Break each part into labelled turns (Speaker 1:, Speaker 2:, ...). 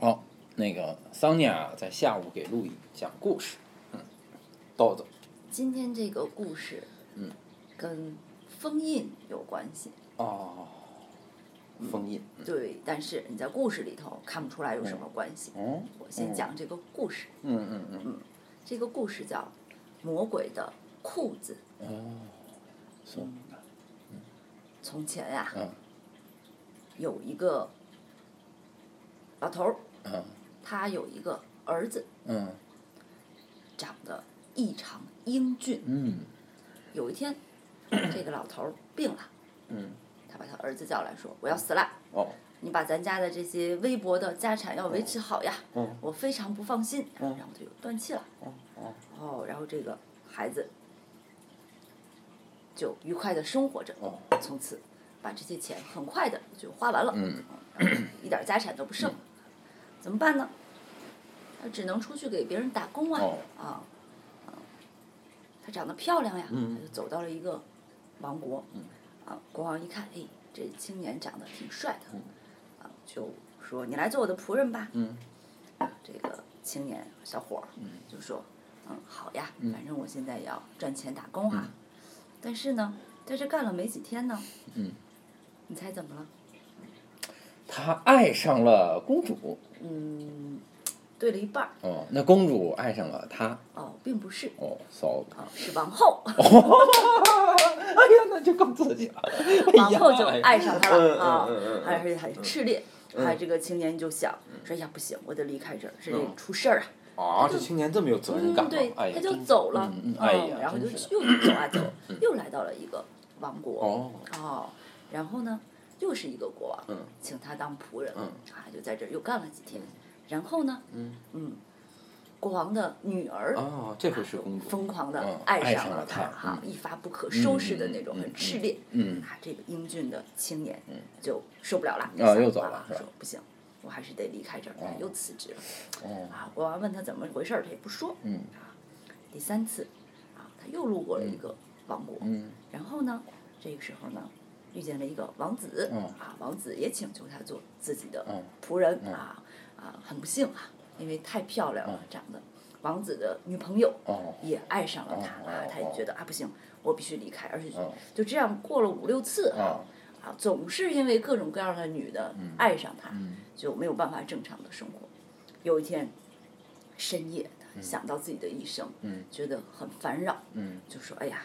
Speaker 1: 哦那个桑尼亚在下午给路易讲故事，嗯，豆子，
Speaker 2: 今天这个故事，
Speaker 1: 嗯，
Speaker 2: 跟封印有关系。
Speaker 1: 哦，封印，
Speaker 2: 对，但是你在故事里头看不出来有什么关系。
Speaker 1: 嗯嗯
Speaker 2: 我先讲这个故事，
Speaker 1: 嗯嗯嗯，
Speaker 2: 这个故事叫《魔鬼的裤子》。
Speaker 1: 是，
Speaker 2: 从前呀、
Speaker 1: 嗯
Speaker 2: 有一个老头儿，
Speaker 1: 嗯
Speaker 2: 他有一个儿子，
Speaker 1: 嗯
Speaker 2: 长得异常英俊。
Speaker 1: 嗯
Speaker 2: 有一天，这个老头儿病了，
Speaker 1: 嗯，
Speaker 2: 他把他儿子叫来说：“我要死了，
Speaker 1: 哦，
Speaker 2: 你把咱家的这些微薄的家产要维持好呀。”
Speaker 1: 嗯
Speaker 2: 我非常不放心，
Speaker 1: 嗯
Speaker 2: 然后他就断气了。
Speaker 1: 哦哦，
Speaker 2: 哦，然后这个孩子就愉快的生活着，
Speaker 1: 哦
Speaker 2: 从此把这些钱很快的就花完了，
Speaker 1: 嗯
Speaker 2: 然后一点家产都不剩，怎么办呢？他只能出去给别人打工啊，
Speaker 1: 哦
Speaker 2: 啊，啊她长得漂亮呀，
Speaker 1: 嗯
Speaker 2: 他就走到了一个王国，
Speaker 1: 嗯
Speaker 2: 啊，国王一看，哎，这青年长得挺帅的，啊，就说你来做我的仆人吧，
Speaker 1: 嗯
Speaker 2: 这个青年小伙儿
Speaker 1: 嗯
Speaker 2: 就说：“嗯，好呀，反正我现在也要赚钱打工哈、但是呢，在这干了没几天呢，
Speaker 1: 嗯，
Speaker 2: 你猜怎么了？
Speaker 1: 他爱上了公主，
Speaker 2: 嗯，对了一半儿
Speaker 1: 哦，那公主爱上了他，
Speaker 2: 哦，并不是
Speaker 1: 哦，嫂子，
Speaker 2: 哦，是王后，
Speaker 1: 哎呀，那就更刺激了，
Speaker 2: 王后就爱上他了啊
Speaker 1: 哎嗯嗯嗯嗯，嗯
Speaker 2: 而且还炽烈。他这个青年就想说：“哎呀，不行，我得离开这儿，这得出事儿
Speaker 1: 啊，
Speaker 2: 啊！”
Speaker 1: 这青年这么有责任感
Speaker 2: 嗯，
Speaker 1: 吗，
Speaker 2: 对，
Speaker 1: 哎呀
Speaker 2: 他就
Speaker 1: 真是
Speaker 2: 走了
Speaker 1: 嗯，嗯哎呀
Speaker 2: 嗯，然后就
Speaker 1: 真是的
Speaker 2: 又走啊走，又来到了一个王国，
Speaker 1: 哦，
Speaker 2: 哦，然后呢，又是一个国王，
Speaker 1: 嗯
Speaker 2: 请他当仆人，
Speaker 1: 嗯
Speaker 2: 啊，就在这儿又干了几天。然后呢，
Speaker 1: 嗯
Speaker 2: 嗯，国王的女儿
Speaker 1: 哦，这回是公主，
Speaker 2: 疯狂
Speaker 1: 嗯
Speaker 2: 的
Speaker 1: 爱
Speaker 2: 上
Speaker 1: 上了
Speaker 2: 他，
Speaker 1: 他
Speaker 2: 哈，一发不可收拾的那种，
Speaker 1: 嗯嗯嗯
Speaker 2: 很炽烈。
Speaker 1: 嗯
Speaker 2: 啊，这个英俊的青年就受不了了，
Speaker 1: 啊
Speaker 2: 想
Speaker 1: 又走了
Speaker 2: 啊
Speaker 1: 是吧
Speaker 2: 说不行，我还是得离开这儿，
Speaker 1: 哦
Speaker 2: 又辞职了。
Speaker 1: 哦，
Speaker 2: 啊，国王问他怎么回事儿，他也不说。
Speaker 1: 嗯
Speaker 2: 啊，第三次，啊，他又路过了一个王国，
Speaker 1: 嗯
Speaker 2: 然后呢，这个时候呢，遇见了一个王子，
Speaker 1: 嗯
Speaker 2: 啊，王子也请求他做自己的
Speaker 1: 嗯嗯
Speaker 2: 仆人、啊啊，很不幸啊，因为太漂亮了，长得，王子的女朋友
Speaker 1: 哦
Speaker 2: 也爱上了他、
Speaker 1: 哦
Speaker 2: 啊，他也觉得啊不行，我必须离开，而且
Speaker 1: 哦
Speaker 2: 就这样过了五六次啊
Speaker 1: 哦，
Speaker 2: 啊，总是因为各种各样的女的爱上他，
Speaker 1: 嗯
Speaker 2: 就没有办法正常的生活。有一天深夜，他想到自己的一生，
Speaker 1: 嗯
Speaker 2: 觉得很烦扰，
Speaker 1: 嗯
Speaker 2: 就说：“哎呀，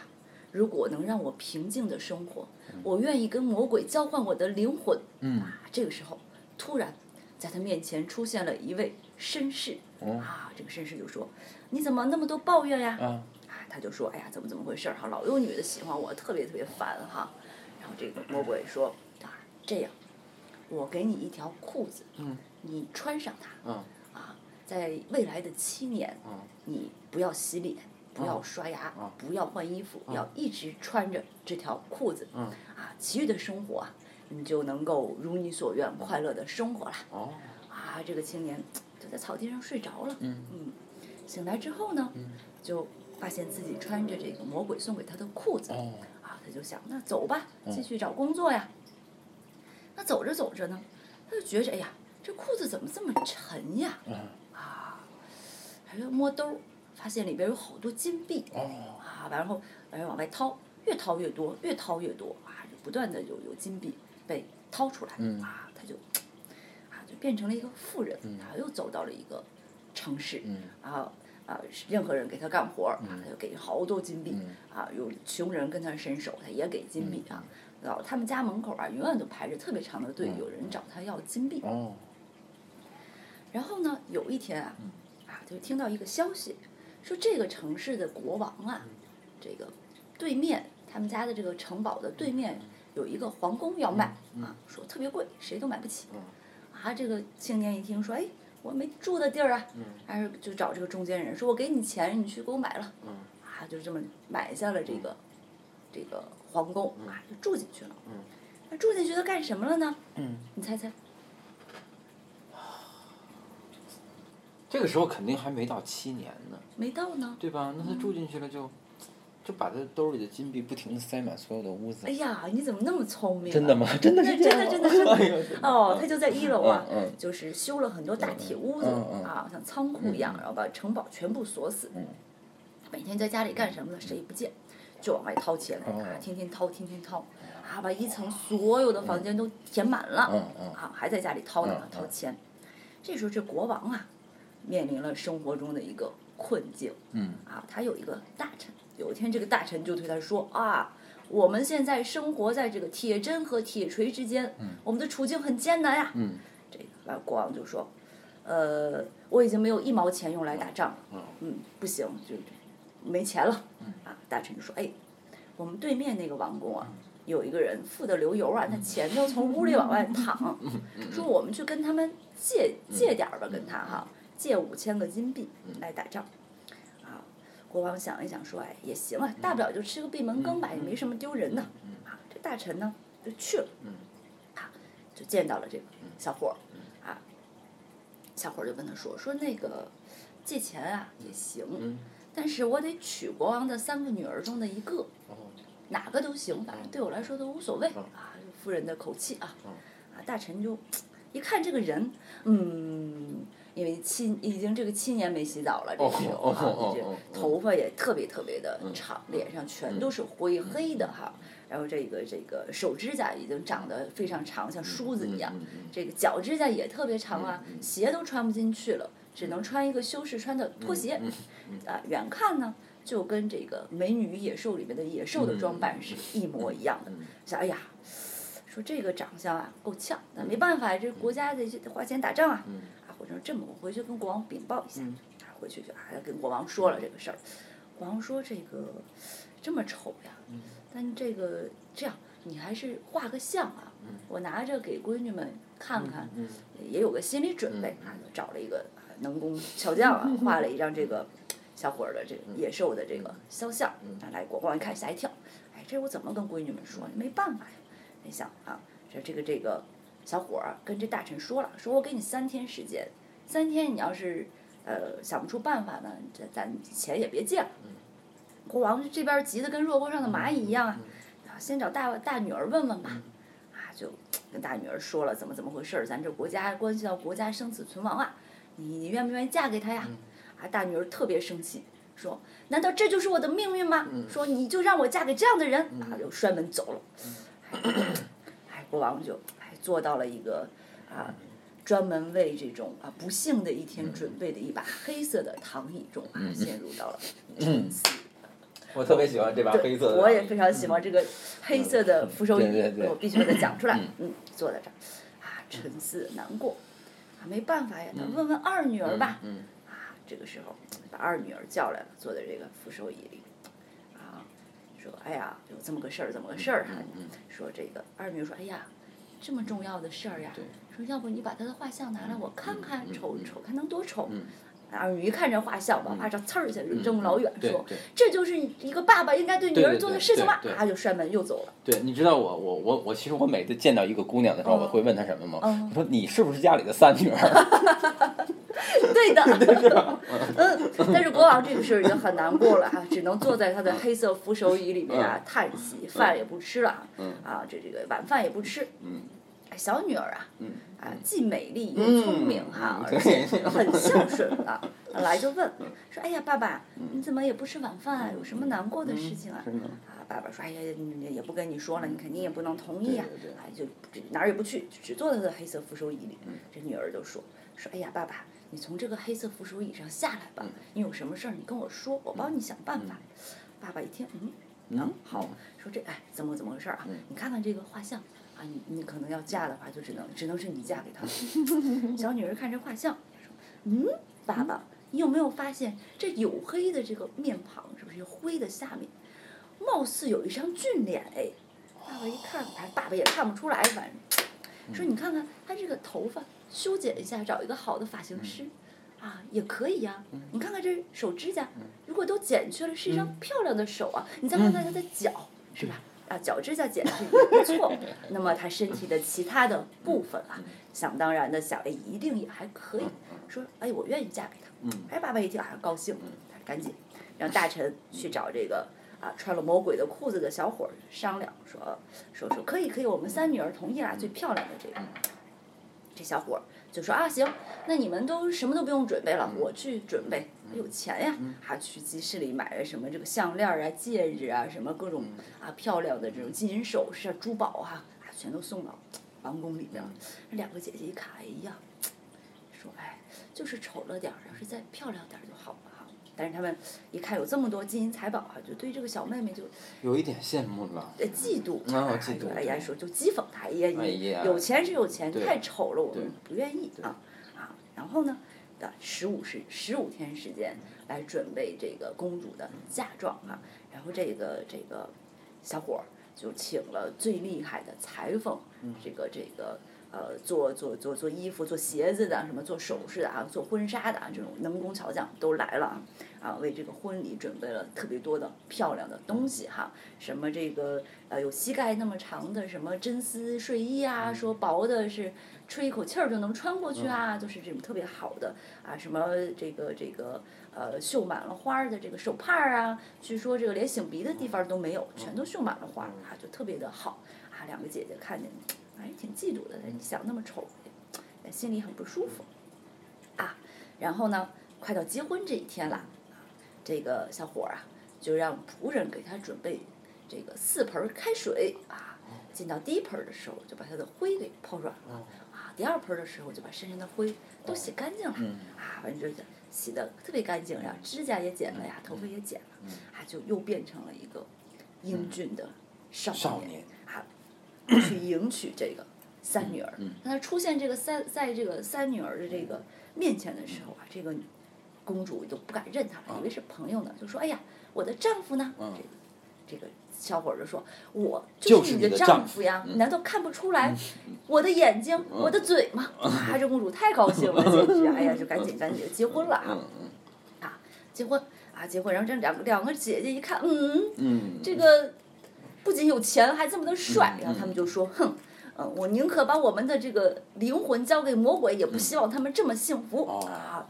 Speaker 2: 如果能让我平静的生活，我愿意跟魔鬼交换我的灵魂。”
Speaker 1: 嗯
Speaker 2: 啊，这个时候突然在他面前出现了一位绅士，
Speaker 1: 哦
Speaker 2: 啊，这个绅士就说：“你怎么那么多抱怨呀？”
Speaker 1: 啊
Speaker 2: 啊，他就说：“哎呀，怎么怎么回事儿哈？老有女的喜欢我，特别特别烦哈。”然后这个魔鬼说：“啊，这样，我给你一条裤子，
Speaker 1: 嗯
Speaker 2: 你穿上它，
Speaker 1: 嗯
Speaker 2: 啊，在未来的七年，
Speaker 1: 嗯
Speaker 2: 你不要洗脸，不要刷牙，
Speaker 1: 啊
Speaker 2: 不要换衣服，要一直穿着这条裤子，
Speaker 1: 嗯
Speaker 2: 啊，其余的生活啊，你就能够如你所愿，快乐的生活啦。
Speaker 1: 哦
Speaker 2: 啊，这个青年就在草地上睡着了。
Speaker 1: 嗯
Speaker 2: 醒来之后呢，就发现自己穿着这个魔鬼送给他的裤子，
Speaker 1: 哦
Speaker 2: 啊，他就想，那走吧，
Speaker 1: 嗯
Speaker 2: 继续找工作呀。那走着走着呢，他就觉着，哎呀，这裤子怎么这么沉呀？
Speaker 1: 嗯
Speaker 2: 啊，他就摸兜儿，发现里边有好多金币
Speaker 1: 哦
Speaker 2: 啊，然后然后往外掏，越掏越多，越掏越多啊，就不断的有有金币被掏出来、
Speaker 1: 嗯
Speaker 2: 啊，他就啊就变成了一个富人，啊，又走到了一个城市，
Speaker 1: 嗯
Speaker 2: 啊啊，任何人给他干活儿，啊，他就给好多金币、啊，有穷人跟他伸手，他也给金币啊。然后他们家门口啊，永远都排着特别长的队，有人找他要金币。
Speaker 1: 哦
Speaker 2: 然后呢，有一天啊，啊，就听到一个消息，说这个城市的国王啊，这个对面他们家的这个城堡的对面有一个皇宫要卖啊，说特别贵，谁都买不起。啊，这个青年一听说，哎，我没住的地儿啊，还是就找这个中间人说，我给你钱，你去给我买了。啊，就这么买下了这个这个皇宫啊，就住进去了。那住进去他干什么了呢？
Speaker 1: 嗯，
Speaker 2: 你猜猜？
Speaker 1: 这个时候肯定还没到七年呢，
Speaker 2: 没到呢。
Speaker 1: 对吧？那他住进去了就就把他兜里的金币不停的塞满所有的屋子
Speaker 2: 哎。呀，你怎么那么聪明、啊？
Speaker 1: 真的吗？真的
Speaker 2: 那
Speaker 1: 是这样吗？
Speaker 2: 真的真的
Speaker 1: 哎呦真的
Speaker 2: 哦，他就在一楼啊，
Speaker 1: 嗯嗯
Speaker 2: 就是修了很多大铁屋子、
Speaker 1: 嗯嗯嗯
Speaker 2: 啊，像仓库一样，然后把城堡全部锁死。
Speaker 1: 嗯
Speaker 2: 每天在家里干什么呢？谁也不见，就往外掏钱、
Speaker 1: 哦
Speaker 2: 啊，天天掏，天天掏，啊，把一层所有的房间都填满了，
Speaker 1: 嗯嗯
Speaker 2: 啊，还在家里掏呢
Speaker 1: 嗯，嗯
Speaker 2: 掏钱。这时候这国王啊，面临了生活中的一个困境。
Speaker 1: 嗯
Speaker 2: 啊，他有一个大臣，有一天这个大臣就对他说啊，我们现在生活在这个铁针和铁锤之间，我们的处境很艰难呀、
Speaker 1: 嗯
Speaker 2: 这个老国王就说，呃，我已经没有一毛钱用来打仗了，
Speaker 1: 嗯
Speaker 2: 嗯，不行，就没钱了。啊，大臣就说，哎，我们对面那个王宫啊。有一个人富得流油啊，那钱都从屋里往外淌，说我们去跟他们借借点儿吧，跟他哈借五千个金币来打仗。啊，国王想一想说，哎，也行啊，大不了就吃个闭门羹吧，也没什么丢人的。啊，这大臣呢就去了，
Speaker 1: 嗯
Speaker 2: 啊，就见到了这个小伙儿，啊，小伙儿就跟他说说那个借钱啊也行
Speaker 1: 嗯，
Speaker 2: 但是我得娶国王的三个女儿中的一个，
Speaker 1: 哦
Speaker 2: 哪个都行，反正对我来说都无所谓
Speaker 1: 嗯
Speaker 2: 啊。夫人的口气啊
Speaker 1: 嗯，
Speaker 2: 啊，大臣就一看这个人，嗯，因为七已经这个七年没洗澡了，这
Speaker 1: 哦
Speaker 2: 个人
Speaker 1: 哦哦
Speaker 2: 啊，
Speaker 1: 哦嗯
Speaker 2: 这头发也特别特别的长，脸上全都是灰黑的哈。然后这个这个手指甲已经长得非常长，像梳子一样。
Speaker 1: 嗯嗯
Speaker 2: 哎这个脚指甲也特别长啊，鞋都穿不进去了，只能穿一个修饰穿的拖鞋。
Speaker 1: 嗯
Speaker 2: 啊，远看呢，就跟这个《美女与野兽》里面的野兽的装扮是一模一样的。想，哎呀，说这个长相啊，够呛，那没办法，这国家得得花钱打仗啊。啊，或者说这么，我回去跟国王禀报一下。啊，回去就啊跟国王说了这个事儿。国王说这个这么丑呀，但这个这样，你还是画个像啊，我拿着给闺女们看看，也有个心理准备啊。就找了一个啊能工巧匠啊，画了一张这个小伙儿的这个野兽的这个肖像，啊，来国王一看吓一跳，哎，这我怎么跟闺女们说？没办法呀，你想啊，这这个这个小伙儿啊跟这大臣说了，说我给你三天时间，三天你要是呃想不出办法呢，这咱钱也别借了。国王这边急得跟热锅上的蚂蚁一样啊，啊先找大大女儿问问吧，啊就跟大女儿说了怎么怎么回事儿，咱这国家关系到国家生死存亡啊，你你愿不愿意嫁给他呀？啊，大女儿特别生气，说难道这就是我的命运吗？
Speaker 1: 嗯
Speaker 2: 说你就让我嫁给这样的人，啊就摔门走了。
Speaker 1: 嗯
Speaker 2: 哎，国王就哎做到了一个啊，专门为这种啊不幸的一
Speaker 1: 嗯
Speaker 2: 天准备的一把黑色的躺椅中啊，陷入到了沉思。
Speaker 1: 我特别喜欢这把嗯啊黑色的。
Speaker 2: 我也非常喜欢这个黑色的扶手椅，
Speaker 1: 嗯对对对
Speaker 2: 我必须把它讲出来。嗯，坐在这儿，啊，沉思难过，啊，没办法呀，那问问二女儿吧。
Speaker 1: 嗯
Speaker 2: 啊，这个时候把二女儿叫来了，坐在这个扶手椅里，啊，说，哎呀，有这么个事儿，这么个事儿哈、
Speaker 1: 嗯
Speaker 2: 说这个二女儿说，哎呀，这么重要的事儿呀，啊
Speaker 1: 嗯
Speaker 2: 说要不你把她的画像拿来我看看，瞅瞅看能多丑。
Speaker 1: 嗯
Speaker 2: 二女一看这画像，把画像刺儿一下就扔老远，
Speaker 1: 嗯对
Speaker 2: 说
Speaker 1: 对
Speaker 2: 这就是一个爸爸应该对女儿
Speaker 1: 对对
Speaker 2: 做的
Speaker 1: 对
Speaker 2: 事情吧？
Speaker 1: 对对
Speaker 2: 啊，就摔门又走了。
Speaker 1: 对，你知道我我我我，其实我每次见到一个姑娘的时候，我会问她什么吗？
Speaker 2: 嗯
Speaker 1: 我说你是不是家里的三女儿？
Speaker 2: 对的， 嗯，但是国王这个事儿已经很难过了哈，只能坐在他的黑色扶手椅里面
Speaker 1: 嗯
Speaker 2: 啊叹息，饭也不吃了啊， 啊，这这个晚饭也不吃，嗯，小女儿啊，啊，既美丽又聪明哈，
Speaker 1: 嗯
Speaker 2: 而且很孝顺啊，来就问说，哎呀，爸爸，
Speaker 1: 嗯
Speaker 2: 你怎么也不吃晚饭啊？有什么难过的事情啊？啊，爸爸说，哎呀，你也不跟你说了，你肯定也不能同意啊
Speaker 1: 嗯对对，对
Speaker 2: 哎，就哪儿也不去，只坐在他的黑色扶手椅里。
Speaker 1: 嗯
Speaker 2: 这女儿就说说，哎呀，爸爸，你从这个黑色扶手椅上下来
Speaker 1: 嗯
Speaker 2: 吧，你有什么事儿你跟我说，我帮你想办法。爸爸一听，嗯，
Speaker 1: 嗯，
Speaker 2: 好，说这哎怎么怎么回事儿啊？你看看这个画像啊，你你可能要嫁的话，就只能只能是你嫁给他。小女儿看这画像，说嗯，爸爸，你有没有发现这黝黑的这个面庞是不是灰的下面，貌似有一张俊脸哎？爸爸一看，哎，爸爸也看不出来，反正说你看看他这个头发修剪一下，找一个好的发型师。啊，也可以呀、你看看这手指甲，如果都剪去了，是一张漂亮的手啊。你再看看他的脚，是吧？啊，脚指甲剪去也不错。那么他身体的其他的部分啊，想当然的想，哎，一定也还可以。说，哎，我
Speaker 1: 嗯
Speaker 2: 哎愿意嫁给他。哎，爸爸一听啊，高兴，赶紧让大臣去找这个。啊穿了魔鬼的裤子的小伙儿商量说说说可以可以，我们三女儿同意啦，最漂亮的这个。这小伙儿就说啊行，那你们都什么都不用准备了，我去准备，有钱呀，还去集市里买了什么这个项链儿啊、戒指啊，什么各种啊漂亮的这种金银首饰啊、珠宝啊，啊全都送到王宫里边儿。这两个姐姐一看，哎呀，说哎，就是丑了点儿，要是再漂亮点儿就好了哈。但是他们一看有这么多金银财宝啊，就对这个小妹妹就
Speaker 1: 有一点羡慕了。
Speaker 2: 呃嫉妒，
Speaker 1: 啊嫉妒
Speaker 2: 哎呀，说就讥讽他，哎呀，
Speaker 1: 哎
Speaker 2: 你
Speaker 1: 呀
Speaker 2: 有钱是有钱，
Speaker 1: 对
Speaker 2: 太丑了，我
Speaker 1: 对
Speaker 2: 们不愿意啊啊。然后呢，的十五时十五天时间来准备这个公主的嫁妆啊。然后这个这个小伙儿就请了最厉害的裁缝，
Speaker 1: 嗯
Speaker 2: 这个这个呃做做做做衣服、做鞋子的，什么做首饰的啊，做婚纱的啊，这种能工巧匠都来了啊。啊，为这个婚礼准备了特别多的漂亮的东西哈，什么这个呃有膝盖那么长的什么真丝睡衣啊，说薄的是吹一口气儿就能穿过去啊，就是这种特别好的啊，什么这个这个呃绣满了花儿的这个手帕儿啊，据说这个连擤鼻的地方都没有，全都绣满了花儿啊，就特别的好啊。两个姐姐看见，哎，挺嫉妒的，哎你想那么丑，哎心里很不舒服啊。然后呢，快到结婚这一天了。这个小伙儿啊，就让仆人给他准备这个四盆儿开水啊。进到第一盆儿的时候，就把它的灰给泡软了啊。第二盆儿的时候，就把身上的灰都
Speaker 1: 哦
Speaker 2: 洗干净了
Speaker 1: 嗯
Speaker 2: 啊，反正就是洗的特别干净，然后指甲也剪了呀，头发也剪
Speaker 1: 嗯
Speaker 2: 了啊，就又变成了一个英俊的少
Speaker 1: 少年
Speaker 2: 啊，去迎娶这个三女儿。当他出现这个三在这个三女儿的这个面前的时候啊，这个公主都不敢认他了，以为是朋友呢，就说：“哎呀，我的丈夫呢？”这个这个小伙儿啊就说：“我
Speaker 1: 就是
Speaker 2: 是
Speaker 1: 你
Speaker 2: 的
Speaker 1: 的
Speaker 2: 丈
Speaker 1: 丈
Speaker 2: 夫嗯呀，难道看不出来我的眼睛、我的嘴 吗？”啊，这公主太高兴了，简直！哎呀，就赶紧赶紧结婚了
Speaker 1: 嗯
Speaker 2: 啊！啊，结婚啊，结婚！然后这两个两个姐姐一看，嗯，
Speaker 1: 嗯，
Speaker 2: 这个不仅有钱，还这么的帅，
Speaker 1: 嗯
Speaker 2: 然后他们就说，哼。嗯，我宁可把我们的这个灵魂交给魔鬼，也不希望他们这么幸福、
Speaker 1: 嗯哦
Speaker 2: 啊！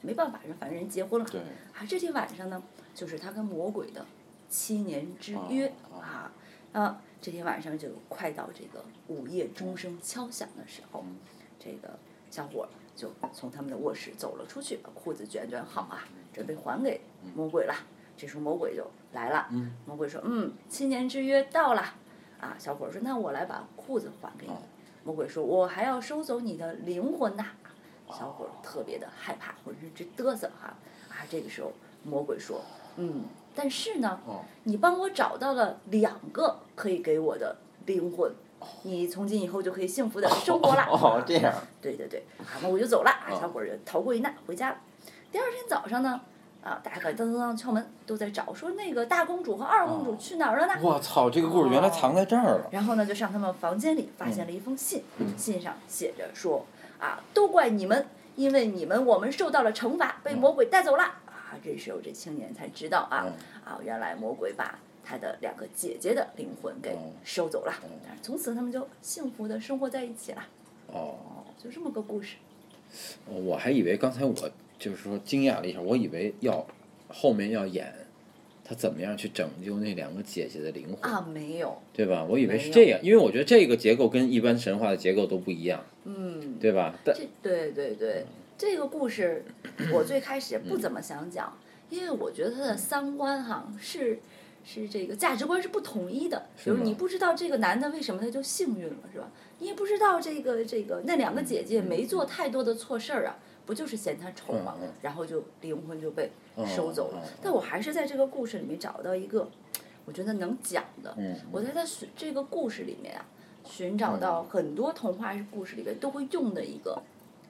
Speaker 2: 没办法，人反正人结婚了。
Speaker 1: 对，
Speaker 2: 啊，这天晚上呢，就是他跟魔鬼的七年之约、
Speaker 1: 哦哦
Speaker 2: 啊啊，这天晚上就快到这个午夜钟声敲响的时候，
Speaker 1: 嗯
Speaker 2: 这个小伙儿就从他们的卧室走了出去，把裤子卷卷好啊，
Speaker 1: 嗯
Speaker 2: 准备还给魔鬼了。这时候魔鬼就来了，魔鬼说：“嗯，七年之约到了。”啊，小伙儿说：“那我来把裤子还
Speaker 1: 哦
Speaker 2: 给你。”魔鬼说：“我还要收走你的灵魂呐、
Speaker 1: 哦
Speaker 2: 小伙儿特别的害怕，浑身直嘚瑟哈啊！这个时候，魔鬼说：“嗯，但是呢，
Speaker 1: 哦
Speaker 2: 你帮我找到了两个可以给我的灵魂，你从今以后就可以幸福的生活啦。
Speaker 1: 哦，这样，
Speaker 2: 对对对，啊，那我就走了，啊
Speaker 1: 哦
Speaker 2: 小伙儿就逃过一难回家了。第二天早上呢，啊，大家赶噔噔噔敲门，都在找，说那个大公主和二公主去哪儿了呢？
Speaker 1: 我操，这个故事
Speaker 2: 哦
Speaker 1: 原来藏在这儿了。
Speaker 2: 然后呢，就上他们房间里发现了一封信，
Speaker 1: 嗯
Speaker 2: 信上写着说啊，都怪你们，因为你们我们受到了惩罚，被魔鬼带走了。
Speaker 1: 嗯
Speaker 2: 啊，这时候这青年才知道啊、啊，原来魔鬼把他的两个姐姐的灵魂给
Speaker 1: 嗯
Speaker 2: 收走了。但是从此他们就幸福的生活在一起了。
Speaker 1: 哦，
Speaker 2: 就这么个故事。
Speaker 1: 我还以为刚才我就是说惊讶了一下，我以为要后面要演他怎么样去拯救那两个姐姐的灵魂，
Speaker 2: 啊，没有，
Speaker 1: 对吧？啊我以为
Speaker 2: 没
Speaker 1: 是
Speaker 2: 有
Speaker 1: 这样，因为我觉得这个结构跟一般神话的结构都不一样，
Speaker 2: 嗯，
Speaker 1: 对吧？但
Speaker 2: 这对对
Speaker 1: 嗯
Speaker 2: 对，这个故事我最开始也不怎么想讲，因为我觉得它的三观哈是是这个价值观是不统一的，比如
Speaker 1: 吗
Speaker 2: 你不知道这个男的为什么他就幸运了是吧？你也不知道这个这个那两个姐姐没做太多的错事儿啊，不就是嫌他丑嘛
Speaker 1: 嗯嗯，
Speaker 2: 然后就灵魂就被收走了
Speaker 1: 嗯嗯。
Speaker 2: 但我还是在这个故事里面找到一个我觉得能讲的，
Speaker 1: 嗯
Speaker 2: 我在他寻这个故事里面啊，寻找到很多童话故事里面都会用的一个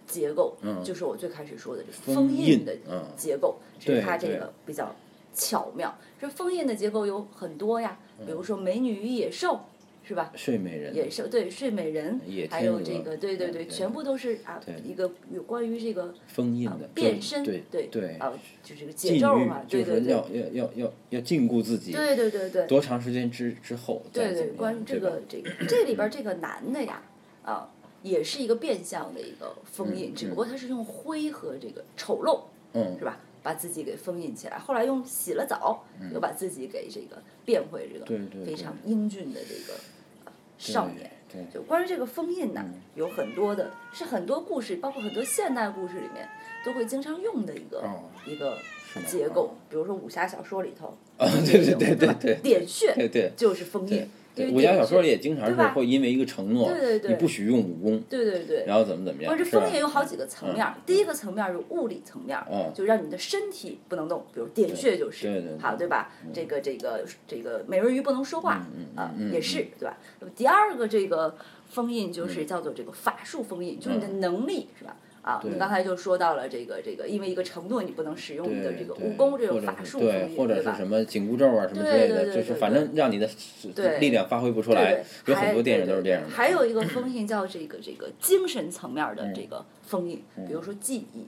Speaker 2: 结构，就是我最开始说的这个封
Speaker 1: 嗯封印
Speaker 2: 的
Speaker 1: 嗯
Speaker 2: 结构，这
Speaker 1: 对
Speaker 2: 是它这
Speaker 1: 对
Speaker 2: 个比较巧妙。这封印的结构有很多呀，
Speaker 1: 嗯
Speaker 2: 比如说美女与野兽，是吧？
Speaker 1: 睡美人
Speaker 2: 野兽对睡美人
Speaker 1: 野，
Speaker 2: 还
Speaker 1: 天
Speaker 2: 有
Speaker 1: 鹅
Speaker 2: 这个对对对，
Speaker 1: 对
Speaker 2: 全部都是啊一个有关于这个
Speaker 1: 封印的
Speaker 2: 啊变身，
Speaker 1: 对
Speaker 2: 对
Speaker 1: 对，
Speaker 2: 啊，就这个
Speaker 1: 禁
Speaker 2: 节
Speaker 1: 欲
Speaker 2: 奏嘛，对
Speaker 1: 就是
Speaker 2: 对
Speaker 1: 说
Speaker 2: 对
Speaker 1: 要，要要要要禁锢自己，
Speaker 2: 对对对对。
Speaker 1: 多长时间之之后再
Speaker 2: 对
Speaker 1: 怎
Speaker 2: 对，
Speaker 1: 么样
Speaker 2: 关于这
Speaker 1: 对吧
Speaker 2: 个这个这里边儿这个男的呀，啊，也是一个变相的一个封印，只不过他是用灰和这个丑陋，
Speaker 1: 嗯
Speaker 2: 是吧？把自己给封印起来。后来用洗了澡，又把自己给这个变回这
Speaker 1: 嗯对
Speaker 2: 个
Speaker 1: 对
Speaker 2: 非
Speaker 1: 对
Speaker 2: 常英俊的这个呃少年。
Speaker 1: 对，嗯对
Speaker 2: 就关于这个封印呢，有很多的，是很多故事，包括很多现代故事里面都会经常用的一个、
Speaker 1: 哦
Speaker 2: 一个
Speaker 1: 是吗
Speaker 2: 结构。比如说武侠小说里头，
Speaker 1: 啊，对对对对对
Speaker 2: 点穴
Speaker 1: 对对
Speaker 2: 就是封印
Speaker 1: 对，对，
Speaker 2: 因为
Speaker 1: 武侠
Speaker 2: 点
Speaker 1: 小说
Speaker 2: 穴
Speaker 1: 里也经常
Speaker 2: 对
Speaker 1: 是
Speaker 2: 吧
Speaker 1: 会因为一个承诺，
Speaker 2: 对对对
Speaker 1: 你不许用武功，
Speaker 2: 对对对。
Speaker 1: 然后怎么怎么样，
Speaker 2: 关于
Speaker 1: 是吧
Speaker 2: 封印有好几个层面儿，第一个层面儿是物理层面儿，
Speaker 1: 嗯
Speaker 2: 就让你的身体不能动，比如点穴就是，
Speaker 1: 对对对
Speaker 2: 好对吧？这个这个这个美人鱼不能说话，
Speaker 1: 嗯嗯
Speaker 2: 啊、
Speaker 1: 嗯
Speaker 2: 也是对吧？那么第二个这个封印
Speaker 1: 嗯
Speaker 2: 就是叫做这个法术封印，就是你的能力是吧？啊，
Speaker 1: 对
Speaker 2: 你刚才就说到了这个这个，因为一个承诺你不能使用你的
Speaker 1: 对
Speaker 2: 这个
Speaker 1: 对
Speaker 2: 武功这种
Speaker 1: 或者
Speaker 2: 法
Speaker 1: 是
Speaker 2: 术封
Speaker 1: 对，
Speaker 2: 印，
Speaker 1: 或者
Speaker 2: 吧
Speaker 1: 是什？么紧箍咒啊什么之
Speaker 2: 对
Speaker 1: 类
Speaker 2: 对
Speaker 1: 的，
Speaker 2: 对
Speaker 1: 就是
Speaker 2: 对
Speaker 1: 反正让你的是
Speaker 2: 对
Speaker 1: 力量发挥不出
Speaker 2: 对
Speaker 1: 来，
Speaker 2: 对
Speaker 1: 有很
Speaker 2: 还
Speaker 1: 多电影
Speaker 2: 对
Speaker 1: 都是
Speaker 2: 对
Speaker 1: 这样的。
Speaker 2: 还有一个封印叫这个这个精神层面儿的这个封印，比如说记忆，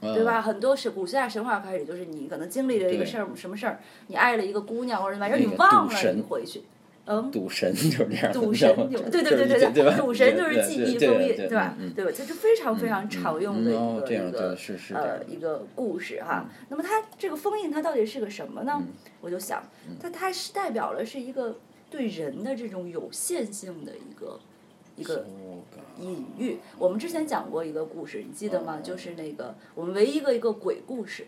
Speaker 1: 嗯
Speaker 2: 对吧？？很多是古希腊神话开始，就是你可能经历了一个
Speaker 1: 对
Speaker 2: 事儿，什么事儿，你爱了一个姑娘或者什么，正
Speaker 1: 那
Speaker 2: 你
Speaker 1: 个
Speaker 2: 忘
Speaker 1: 赌
Speaker 2: 了，
Speaker 1: 神
Speaker 2: 你回去，嗯，
Speaker 1: 赌神就是这样的，
Speaker 2: 赌
Speaker 1: 你知道
Speaker 2: 神
Speaker 1: 吗
Speaker 2: 就
Speaker 1: 就
Speaker 2: 对对
Speaker 1: 是
Speaker 2: 对
Speaker 1: 这对吧
Speaker 2: 对，赌神就
Speaker 1: 对
Speaker 2: 是记忆
Speaker 1: 对
Speaker 2: 封印，
Speaker 1: 对
Speaker 2: 对吧
Speaker 1: 嗯？嗯
Speaker 2: 对吧？这是非常非常常用的
Speaker 1: 嗯哦
Speaker 2: 一
Speaker 1: 这
Speaker 2: 个
Speaker 1: 样
Speaker 2: 一
Speaker 1: 对
Speaker 2: 个
Speaker 1: 是是这样
Speaker 2: 呃
Speaker 1: 的
Speaker 2: 一个故事哈。那么它这个封印它到底是个什么呢？我就想，它它是代表了是一个对人的这种有限性的一个一个
Speaker 1: 哦嘎
Speaker 2: 隐喻。我们之前讲过一个故事，你记得
Speaker 1: 嗯
Speaker 2: 吗？就是那个我们唯一一个一个鬼故事。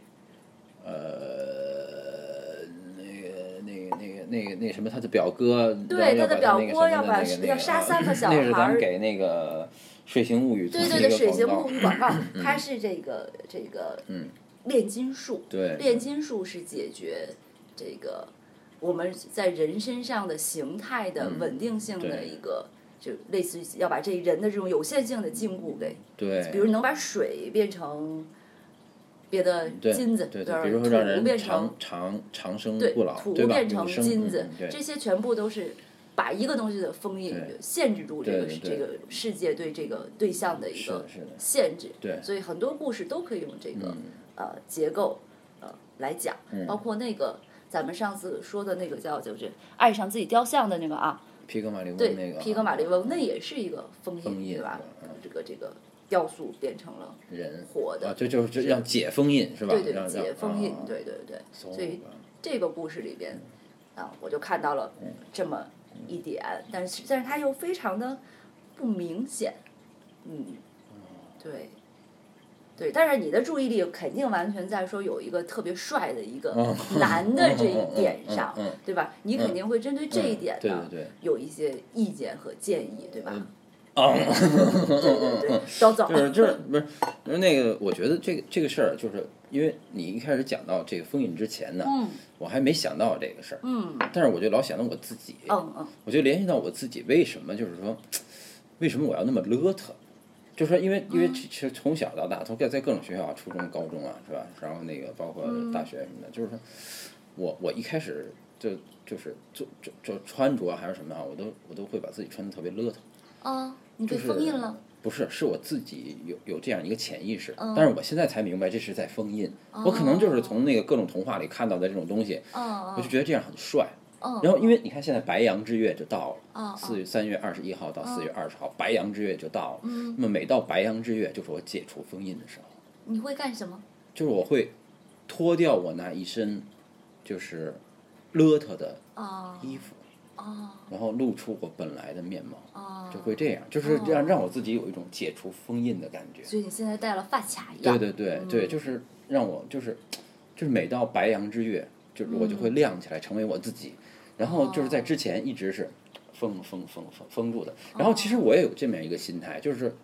Speaker 1: 呃，那个那个那个那个那个什么，他的表哥，
Speaker 2: 对
Speaker 1: 然后要
Speaker 2: 他的
Speaker 1: 把
Speaker 2: 表
Speaker 1: 那个什
Speaker 2: 哥
Speaker 1: 么
Speaker 2: 要
Speaker 1: 的
Speaker 2: 把
Speaker 1: 那个那个
Speaker 2: 要
Speaker 1: 啊
Speaker 2: 杀三个小
Speaker 1: 那是咱
Speaker 2: 孩儿
Speaker 1: 们给那个《水形物语》做
Speaker 2: 对
Speaker 1: 的
Speaker 2: 对
Speaker 1: 一
Speaker 2: 对，
Speaker 1: 个
Speaker 2: 水
Speaker 1: 广
Speaker 2: 形
Speaker 1: 告嗯
Speaker 2: 物语广告， 它是这个这个炼金术，
Speaker 1: 对
Speaker 2: 炼金术是解决这个我们在人身上的形态的稳定性的
Speaker 1: 嗯对
Speaker 2: 一个，就类似于要把这人的这种有限性的进步给，
Speaker 1: 对，
Speaker 2: 比如能把水变成别的
Speaker 1: 对
Speaker 2: 金子，
Speaker 1: 对
Speaker 2: 对吧
Speaker 1: 对，比如说让
Speaker 2: 土变
Speaker 1: 人
Speaker 2: 成
Speaker 1: 长长长生
Speaker 2: 对
Speaker 1: 不老，
Speaker 2: 土
Speaker 1: 对吧？
Speaker 2: 变成
Speaker 1: 永生
Speaker 2: 金子
Speaker 1: 嗯嗯，对
Speaker 2: 这些全部都是把一个东西的封印
Speaker 1: 对
Speaker 2: 限制住这个
Speaker 1: 对对
Speaker 2: 这个世界对这个对象的一
Speaker 1: 是
Speaker 2: 个
Speaker 1: 的是的
Speaker 2: 限制。
Speaker 1: 对嗯
Speaker 2: 所以很多故事都可以用这个、呃结构呃来讲，包括那个咱们上次说的那个叫就是爱上自己雕像的那个啊，
Speaker 1: 皮革马利翁
Speaker 2: 对，
Speaker 1: 那个
Speaker 2: 皮革马利翁那也是一个封印，
Speaker 1: 封印
Speaker 2: 对吧
Speaker 1: 嗯？
Speaker 2: 这个这个雕塑变成了
Speaker 1: 人
Speaker 2: 活的
Speaker 1: 啊，这就是让解封印是吧？
Speaker 2: 对对
Speaker 1: 让啊
Speaker 2: 解封印，，
Speaker 1: 嗯
Speaker 2: 对对对，
Speaker 1: 让
Speaker 2: 所以
Speaker 1: 啊
Speaker 2: 这个故事里边，啊，我就看到了这么一点，但是但是它又非常的不明显，嗯，对，对，但是你的注意力肯定完全在说有一个特别帅的一个男的这一点上
Speaker 1: 嗯嗯嗯嗯，
Speaker 2: 对吧？你肯定会针对这一点
Speaker 1: 对
Speaker 2: 呢
Speaker 1: 对对
Speaker 2: 有一些意见和建议，对吧？
Speaker 1: 啊，
Speaker 2: 对对对，早早
Speaker 1: 就是就是不是不是那个，我觉得这个这个事儿，就是因为你一开始讲到这个封印之前呢，
Speaker 2: 嗯
Speaker 1: 我还没想到这个事儿，
Speaker 2: 嗯
Speaker 1: 但是我就老想到我自己，
Speaker 2: 嗯嗯，
Speaker 1: 我就联系到我自己，为什么就是说，为什么我要那么邋遢？就是说因为因
Speaker 2: 嗯
Speaker 1: 为其其实从小到大，从在在各种学校啊，初中、高中啊，是吧？然后那个包括
Speaker 2: 嗯
Speaker 1: 大学什么的，就是说我我一开始就就是就就就穿着还是什么啊，我都我都会把自己穿的特别邋遢，
Speaker 2: 啊，你被
Speaker 1: 就是
Speaker 2: 封印了。。嗯
Speaker 1: 不是，是我自己有有这样一个潜意识，但是我现在才明白这是在封印。我可能
Speaker 2: 哦
Speaker 1: 就是从那个各种童话里看到的这种东西，
Speaker 2: 嗯
Speaker 1: 我就觉得这样很帅。
Speaker 2: 嗯
Speaker 1: 然后哦因为你看现在白羊之月就到
Speaker 2: 嗯
Speaker 1: 了，四月三月二十一号到四月二十号，白羊之月就到了。那么每到白羊之月，就是我解除封印的时候，
Speaker 2: 你会干什么？
Speaker 1: 就是我会脱掉我那一身就是邋遢的
Speaker 2: 啊
Speaker 1: 衣服，
Speaker 2: 啊
Speaker 1: 然后露出我本来的面貌，
Speaker 2: 啊！
Speaker 1: 就会这样，就是这样让我自己有一种解除封印的感觉。
Speaker 2: 所以你现在戴了发卡一样。
Speaker 1: 对对对对，就是让我就是就是每到白羊之月，就是我就会亮起来，成为我自己。然后就是在之前一直是封封封封封住的。然后其实我也有这么样一个心态，就是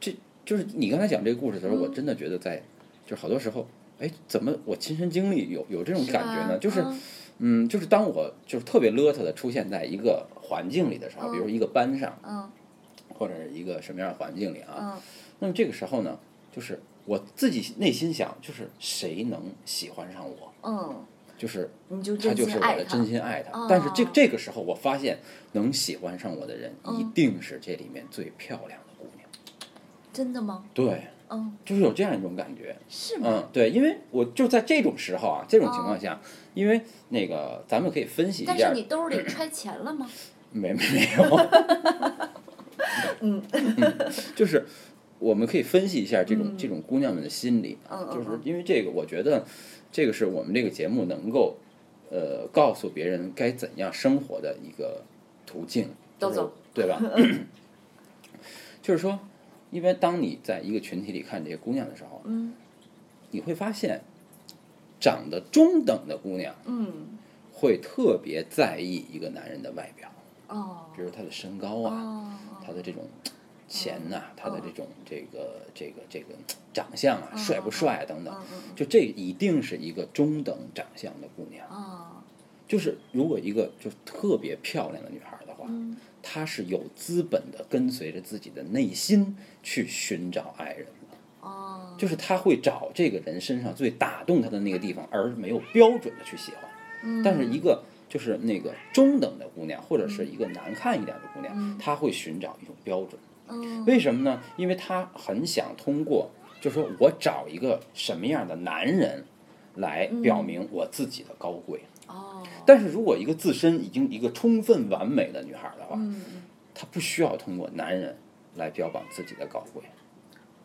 Speaker 1: 这就是你刚才讲这个故事的时候，我真的觉得在就是好多时候，哎，怎么我亲身经历有有这种感觉呢？就是
Speaker 2: 嗯
Speaker 1: 嗯，就是当我就是特别邋遢的出现在一个环境里的时候，比如一个班上
Speaker 2: 嗯
Speaker 1: 或者是一个什么样的环境里啊，
Speaker 2: 嗯
Speaker 1: 那么这个时候呢，就是我自己内心想，就是谁能喜欢上我，
Speaker 2: 嗯，
Speaker 1: 就是
Speaker 2: 你就
Speaker 1: 他
Speaker 2: 真
Speaker 1: 就是
Speaker 2: 心
Speaker 1: 我
Speaker 2: 爱
Speaker 1: 的
Speaker 2: 他哦
Speaker 1: 真。心爱他。但是这这个时候，我发现能喜欢上我的人，
Speaker 2: 嗯
Speaker 1: 一定是这里面最漂亮的姑娘。
Speaker 2: 真的吗？
Speaker 1: 对，
Speaker 2: 嗯，
Speaker 1: 就是有这样一种感觉。
Speaker 2: 是吗？
Speaker 1: 嗯，对，因为我就在这种时候啊，这种情况下，因为那个咱们可以分析一
Speaker 2: 哦但是
Speaker 1: 下，
Speaker 2: 你兜里揣钱了吗？
Speaker 1: 嗯没没没有，嗯，就是我们可以分析一下这种、
Speaker 2: 嗯
Speaker 1: 这种姑娘们的心理啊，
Speaker 2: 嗯嗯
Speaker 1: 就是
Speaker 2: 嗯
Speaker 1: 因为这个，我觉得这个是我们这个节目能够呃告诉别人该怎样生活的一个途径，
Speaker 2: 豆
Speaker 1: 就是
Speaker 2: 总
Speaker 1: 对 吧？ 就是说，因为当你在一个群体里看这些姑娘的时候，
Speaker 2: 嗯
Speaker 1: 你会发现，长得中等的姑娘
Speaker 2: 嗯
Speaker 1: 会特别在意一个男人的外表，
Speaker 2: 哦
Speaker 1: 比如他的身高啊，
Speaker 2: 哦
Speaker 1: 他的这种钱呐、他的这种这个这个这个长相啊，帅不帅啊等等，就这一定是一个中等长相的姑娘。
Speaker 2: 哦
Speaker 1: 就是如果一个就是特别漂亮的女孩的话，她是有资本的跟随着自己的内心去寻找爱人的，
Speaker 2: 哦
Speaker 1: 就是她会找这个人身上最打动她的那个地方，而没有标准的去喜欢。
Speaker 2: 嗯
Speaker 1: 但是一个就是那个中等的姑娘，或者是一个难看一点的姑娘，她会寻找一种标准。
Speaker 2: 嗯
Speaker 1: 为什么呢？因为她很想通过，就说我找一个什么样的男人，来
Speaker 2: 嗯
Speaker 1: 表明我自己的高贵。
Speaker 2: 哦
Speaker 1: 但是如果一个自身已经一个充分完美的女孩的话，
Speaker 2: 嗯
Speaker 1: 她不需要通过男人来标榜自己的高贵。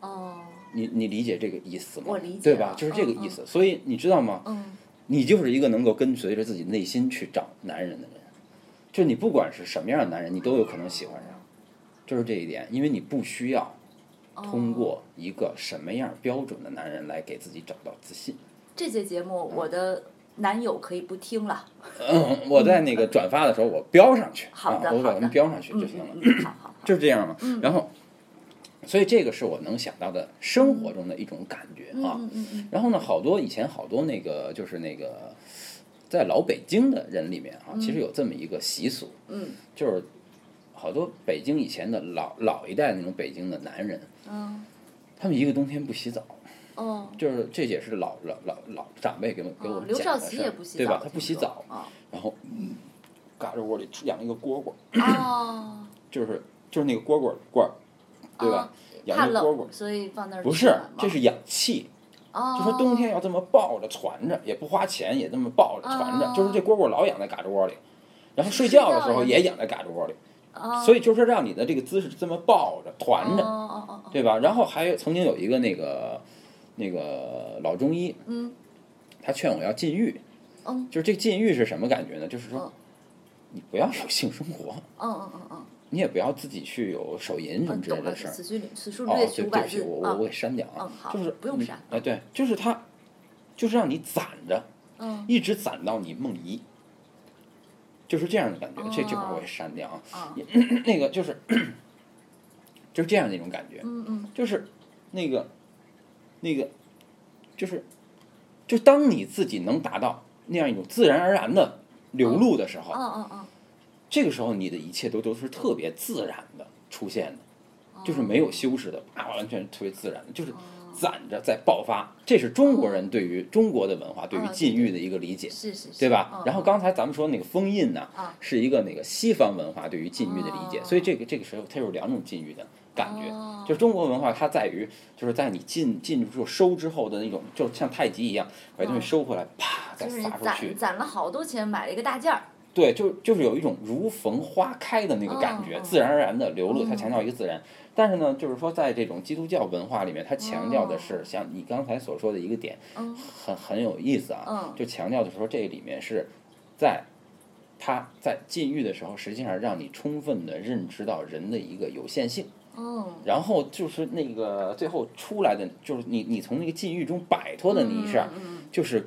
Speaker 2: 哦
Speaker 1: 你你理解这个意思吗？
Speaker 2: 我理解
Speaker 1: 对吧
Speaker 2: 了？
Speaker 1: 就是这个意思。所以你知道吗？
Speaker 2: 嗯
Speaker 1: 你就是一个能够跟随着自己内心去找男人的人，就你不管是什么样的男人，你都有可能喜欢上，就是这一点，因为你不需要
Speaker 2: 哦
Speaker 1: 通过一个什么样标准的男人来给自己找到自信。
Speaker 2: 这节节目我的男友可以不听了，
Speaker 1: 嗯，我在那个转发的时候，我标上去，
Speaker 2: 好的
Speaker 1: 啊，我把他
Speaker 2: 好的
Speaker 1: 们标上去
Speaker 2: 嗯
Speaker 1: 就行了，
Speaker 2: 嗯嗯好好好，
Speaker 1: 就是这样嘛。然后，所以这个是我能想到的生活中的一种感觉啊。
Speaker 2: 嗯嗯嗯
Speaker 1: 然后呢，好多以前好多那个就是那个在老北京的人里面啊，其实有这么一个习俗，
Speaker 2: 嗯
Speaker 1: 就是好多北京以前的老老一代的那种北京的男人，
Speaker 2: 嗯
Speaker 1: 他们一个冬天不洗澡，
Speaker 2: 哦
Speaker 1: 就是这也是老老老老长辈给我给我
Speaker 2: 哦，
Speaker 1: 们
Speaker 2: 刘
Speaker 1: 讲
Speaker 2: 少
Speaker 1: 的
Speaker 2: 奇
Speaker 1: 事儿，
Speaker 2: 也不洗澡，
Speaker 1: 对吧？他不洗澡，
Speaker 2: 啊
Speaker 1: 然后嘎吱窝里养一个蝈蝈，
Speaker 2: 哦，
Speaker 1: 就是就是那个蝈蝈罐儿，对吧？
Speaker 2: 啊？怕
Speaker 1: 养一个蝈蝈
Speaker 2: 冷，。所以放那儿
Speaker 1: 不
Speaker 2: 取
Speaker 1: 是
Speaker 2: 暖，嘛
Speaker 1: 这是氧气，
Speaker 2: 哦，
Speaker 1: 就说冬天要这么抱着传着，也不花钱，也这么抱着传着，就是这
Speaker 2: 哦
Speaker 1: 蝈蝈老养在嘎吱窝里，然后睡觉的时候也养在嘎吱窝里，
Speaker 2: 哦，
Speaker 1: 所以就是让你的这个姿势这么抱着团着，
Speaker 2: 哦哦哦哦，
Speaker 1: 对吧？然后还有曾经有一个那个那个老中医，
Speaker 2: 嗯
Speaker 1: 他劝我要禁欲，
Speaker 2: 嗯
Speaker 1: 就是这个禁欲是什么感觉呢？就是说
Speaker 2: 嗯
Speaker 1: 你不要有性生活，
Speaker 2: 嗯嗯嗯嗯，
Speaker 1: 你也不要自己去有手淫什么
Speaker 2: 嗯
Speaker 1: 之类
Speaker 2: 懂了，
Speaker 1: 的事儿。
Speaker 2: 此书此书
Speaker 1: 哦，
Speaker 2: 略
Speaker 1: 对对
Speaker 2: 去五
Speaker 1: 不
Speaker 2: 百
Speaker 1: 起，
Speaker 2: 字
Speaker 1: 我我
Speaker 2: 啊
Speaker 1: 我，给删掉
Speaker 2: 嗯
Speaker 1: 啊，
Speaker 2: 好
Speaker 1: 就是
Speaker 2: 不用
Speaker 1: 嗯
Speaker 2: 删
Speaker 1: 哎，对，就是他，就是让你攒着。
Speaker 2: 嗯
Speaker 1: 一直攒到你梦遗，就是这样的感觉。这这块
Speaker 2: 哦
Speaker 1: 儿我也删掉啊，
Speaker 2: 啊，
Speaker 1: 那个就是就是这样的一种感觉，
Speaker 2: 嗯嗯
Speaker 1: 就是那个那个就是就当你自己能达到那样一种自然而然的流露的时候，
Speaker 2: 嗯嗯嗯，
Speaker 1: 这个时候你的一切都都是特别自然的出现的，
Speaker 2: 嗯
Speaker 1: 就是没
Speaker 2: 哦
Speaker 1: 有修饰的，啊，完全特别自然的，就是。攒着在爆发，这是中国人对于中国的文化对于
Speaker 2: 啊
Speaker 1: 禁欲的一个理解。
Speaker 2: 是是是，
Speaker 1: 对吧？
Speaker 2: 嗯
Speaker 1: 然后刚才咱们说那个封印呢，
Speaker 2: 啊
Speaker 1: 是一个那个西方文化对于禁欲的理解，
Speaker 2: 哦
Speaker 1: 所以这个这个时候它有两种禁欲的感觉。
Speaker 2: 哦
Speaker 1: 就是中国文化，它在于就是在你进进入收之后的那种，就像太极一样，把东西收回来，啪再
Speaker 2: 嗯啊就是你
Speaker 1: 撒出去
Speaker 2: 攒，攒了好多钱买了一个大件儿，
Speaker 1: 对，就就是有一种如逢花开的那个感觉，
Speaker 2: 哦
Speaker 1: 自然而然的流露。它强调
Speaker 2: 嗯
Speaker 1: 一个自然，但是呢，就是说在这种基督教文化里面，它强调的是像你刚才所说的一个点，
Speaker 2: 嗯
Speaker 1: 很很有意思啊，
Speaker 2: 嗯
Speaker 1: 就强调的说这里面是在他在禁欲的时候，实际上让你充分的认知到人的一个有限性，
Speaker 2: 嗯，
Speaker 1: 然后就是那个最后出来的，就是你你从那个禁欲中摆脱的那一下，
Speaker 2: 嗯
Speaker 1: 就是啊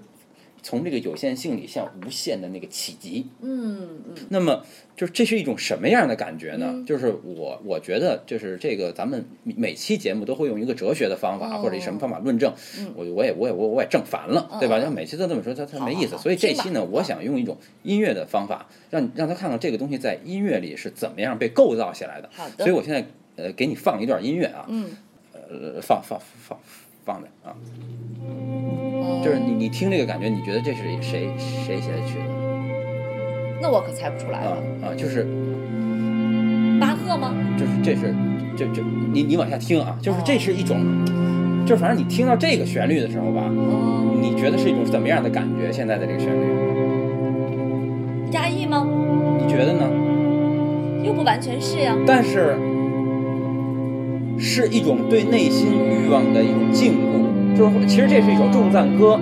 Speaker 1: 从这个有限性里向无限的那个企及。
Speaker 2: 嗯嗯
Speaker 1: 那么，就是这是一种什么样的感觉呢？就是我我觉得，就是这个咱们每期节目都会用一个哲学的方法、
Speaker 2: 哦
Speaker 1: 或者什么方法论证，我我也我也我我也正烦了，对吧？
Speaker 2: 嗯
Speaker 1: 然后每期都这么说，他他
Speaker 2: 好
Speaker 1: 没意思。
Speaker 2: 好好
Speaker 1: 所以这期呢，
Speaker 2: 听吧嗯
Speaker 1: 我想用一种音乐的方法，让让他看看这个东西在音乐里是怎么样被构造起来的。
Speaker 2: 好的
Speaker 1: 所以我现在呃给你放一段音乐啊，
Speaker 2: 嗯
Speaker 1: 呃放放放放着啊，就是你你听这个感觉，你觉得这是谁谁写的曲子
Speaker 2: 嗯，那我可猜不出来
Speaker 1: 啊
Speaker 2: 了，
Speaker 1: 啊？就是
Speaker 2: 巴赫吗？
Speaker 1: 就是这是这这你你往下听啊，就是这是一种，就是反正你听到这个旋律的时候吧，
Speaker 2: 哦，
Speaker 1: 你觉得是一种怎么样的感觉？现在的这个旋律，
Speaker 2: 压抑吗？
Speaker 1: 你觉得呢？
Speaker 2: 又不完全是呀，
Speaker 1: 但是是一种对内心欲望的一种禁锢，就是其实这是一首重赞歌，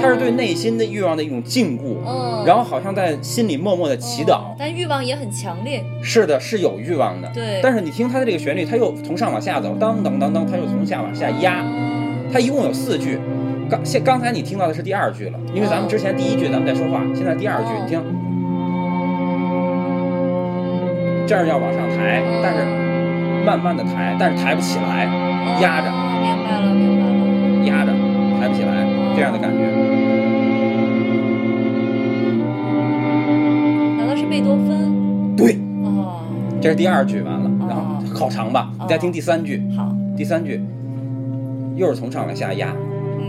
Speaker 1: 它是对
Speaker 2: 嗯
Speaker 1: 内心的欲望的一种禁锢，
Speaker 3: 嗯，
Speaker 1: 然后好像在心里默默的祈祷
Speaker 3: 嗯。但欲望也很强烈，
Speaker 1: 是的，是有欲望的，
Speaker 3: 对，
Speaker 1: 但是你听它的这个旋律，它又从上往下走，当当当当，它又从下往下压，
Speaker 2: 嗯
Speaker 1: 它一共有四句。刚现刚才你听到的是第二句了，因为咱们之前第一句咱们在说话，现在第二句
Speaker 3: 哦
Speaker 1: 你听，这样要往上抬，
Speaker 3: 哦
Speaker 1: 但是慢慢的抬，但是抬不起来，压着
Speaker 3: 哦明白了，明白了，
Speaker 1: 压着抬不起来，这样的感觉。
Speaker 3: 难道是贝多芬？
Speaker 1: 对，
Speaker 3: 哦，
Speaker 1: 这是第二句完了，然后
Speaker 3: 哦
Speaker 1: 好长吧，你再听第三句，
Speaker 3: 好，
Speaker 1: 第三句又是从上往下压，
Speaker 3: 嗯，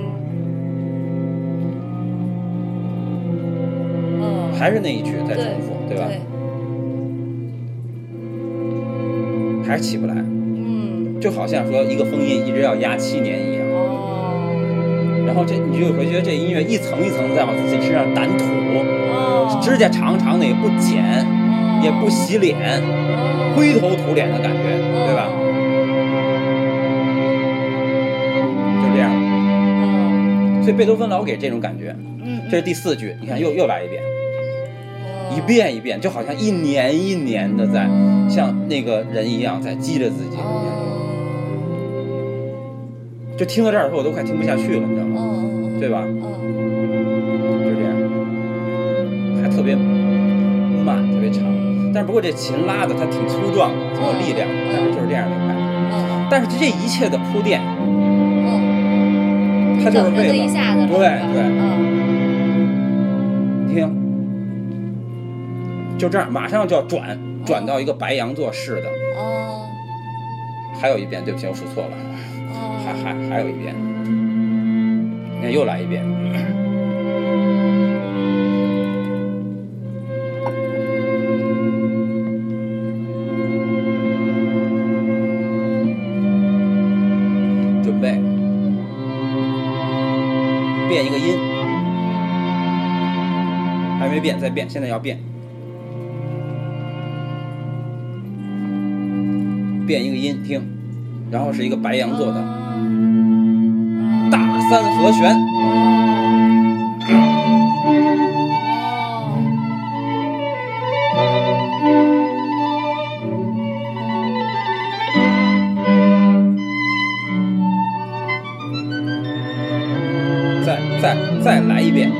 Speaker 3: 哦，
Speaker 1: 还是那一句在重复，对吧？
Speaker 3: 对，
Speaker 1: 还是起不来。
Speaker 3: 嗯，
Speaker 1: 就好像说一个封印一直要压七年一样，
Speaker 3: 哦，
Speaker 1: 然后这你就会觉得这音乐一层一层地在往自己身上掸土，
Speaker 3: 哦，
Speaker 1: 指甲长长的也不剪，也不洗脸，
Speaker 3: 哦，
Speaker 1: 灰头土脸的感觉，
Speaker 2: 嗯
Speaker 1: 对吧？
Speaker 3: 哦？
Speaker 1: 就这样，
Speaker 3: 哦
Speaker 1: 所以贝多芬老给这种感觉。
Speaker 3: 嗯，
Speaker 1: 这是第四句，你看又又来一遍，
Speaker 3: 嗯
Speaker 1: 一遍一遍，就好像一年一年的在
Speaker 3: 哦
Speaker 1: 像那个人一样在激着自己。
Speaker 3: 哦
Speaker 1: 就听到这儿的时候，我都快听不下去了，你知道
Speaker 3: 哦
Speaker 1: 吗？
Speaker 3: 哦，
Speaker 1: 对吧？
Speaker 3: 哦，
Speaker 1: 就这样，还特别慢，特别长。
Speaker 3: 嗯
Speaker 1: 但不过这琴拉的它挺粗壮的，挺有力量的，但是就是这样的感觉。
Speaker 3: 哦
Speaker 1: 但是这一切的铺垫，
Speaker 3: 哦，
Speaker 1: 它就是
Speaker 3: 等着这
Speaker 1: 为
Speaker 3: 一
Speaker 1: 了
Speaker 3: 下子了，
Speaker 1: 对
Speaker 3: 是吧
Speaker 1: 对
Speaker 3: 嗯
Speaker 1: 你听，就这样，马上就要转转到一个白羊座式的。
Speaker 3: 哦
Speaker 1: 还有一遍，对不起，我数错了，还
Speaker 3: 哦，
Speaker 1: 还还有一遍，你看又来一遍，准备变一个音，还没变，再变，现在要变，变一个音听，然后是一个白羊座的。
Speaker 3: 哦
Speaker 1: 大三和弦，
Speaker 3: 哦
Speaker 1: 再再再来一遍，
Speaker 3: 了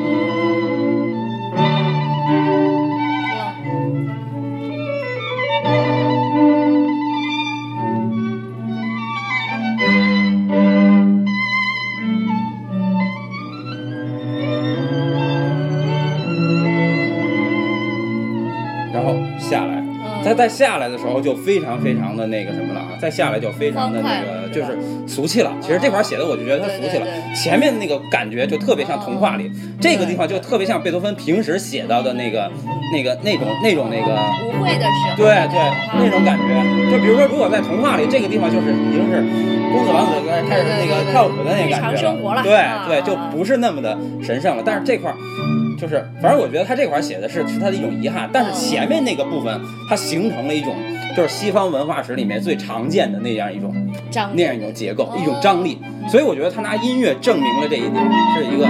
Speaker 1: 然后下来。再再下来的时候就非常非常的那个什么了啊，再下来就非常的那个
Speaker 3: 欢快
Speaker 1: 就
Speaker 3: 对吧
Speaker 1: 是俗气了。其实这块儿写的我就觉得他
Speaker 3: 对
Speaker 1: 俗
Speaker 3: 对
Speaker 1: 气了，
Speaker 3: 对哦
Speaker 1: 前面那个感觉就特别像童话里，这个地方就
Speaker 3: 对
Speaker 1: 特别像贝多芬平时写到的那个那个那种那种那个。
Speaker 3: 舞会的时候，
Speaker 1: 对对，那种感觉，就比如说，如果在童话里，这个地方就是已经是公子王子在开始那个跳舞的那个感觉
Speaker 3: 日常生活了
Speaker 1: 对
Speaker 3: 啊
Speaker 1: 对，
Speaker 3: 啊
Speaker 1: 就不是那么的神圣了。但是这块儿，就是反正我觉得他这块儿写的是是他的一种遗憾，但是
Speaker 3: 嗯
Speaker 1: 前面那个部分，它形成了一种就是西方文化史里面最常见的那样一种
Speaker 3: 张
Speaker 1: 那样一种结构，一种张力。
Speaker 3: 哦
Speaker 1: 所以我觉得他拿音乐证明了这一点，是一个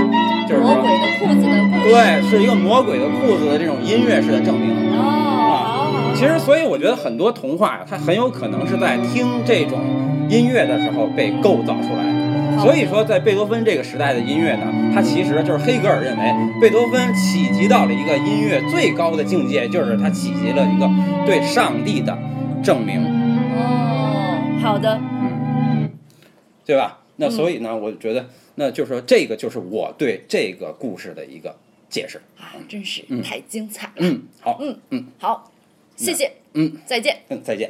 Speaker 1: 就是
Speaker 3: 魔
Speaker 1: 说
Speaker 3: 鬼的裤子的故事，
Speaker 1: 对，是一个魔鬼的裤子的这种音乐式的证明。
Speaker 3: 哦，好好，
Speaker 1: 其实，所以我觉得很多童话呀，它很有可能是在听这种音乐的时候被构造出来的。所以说，在贝多芬这个时代的音乐呢，它其实就是黑格尔认为，贝多芬企及到了一个音乐最高的境界，就是他企及了一个对上帝的证明，
Speaker 3: 哦，好的，
Speaker 1: 对吧？那所以呢，我觉得，那就是说，这个就是我对这个故事的一个解释。
Speaker 3: 啊，真是太精彩了，
Speaker 1: 嗯，好，
Speaker 3: 好，谢谢，
Speaker 1: 嗯，
Speaker 3: 再见。
Speaker 1: 嗯，再见。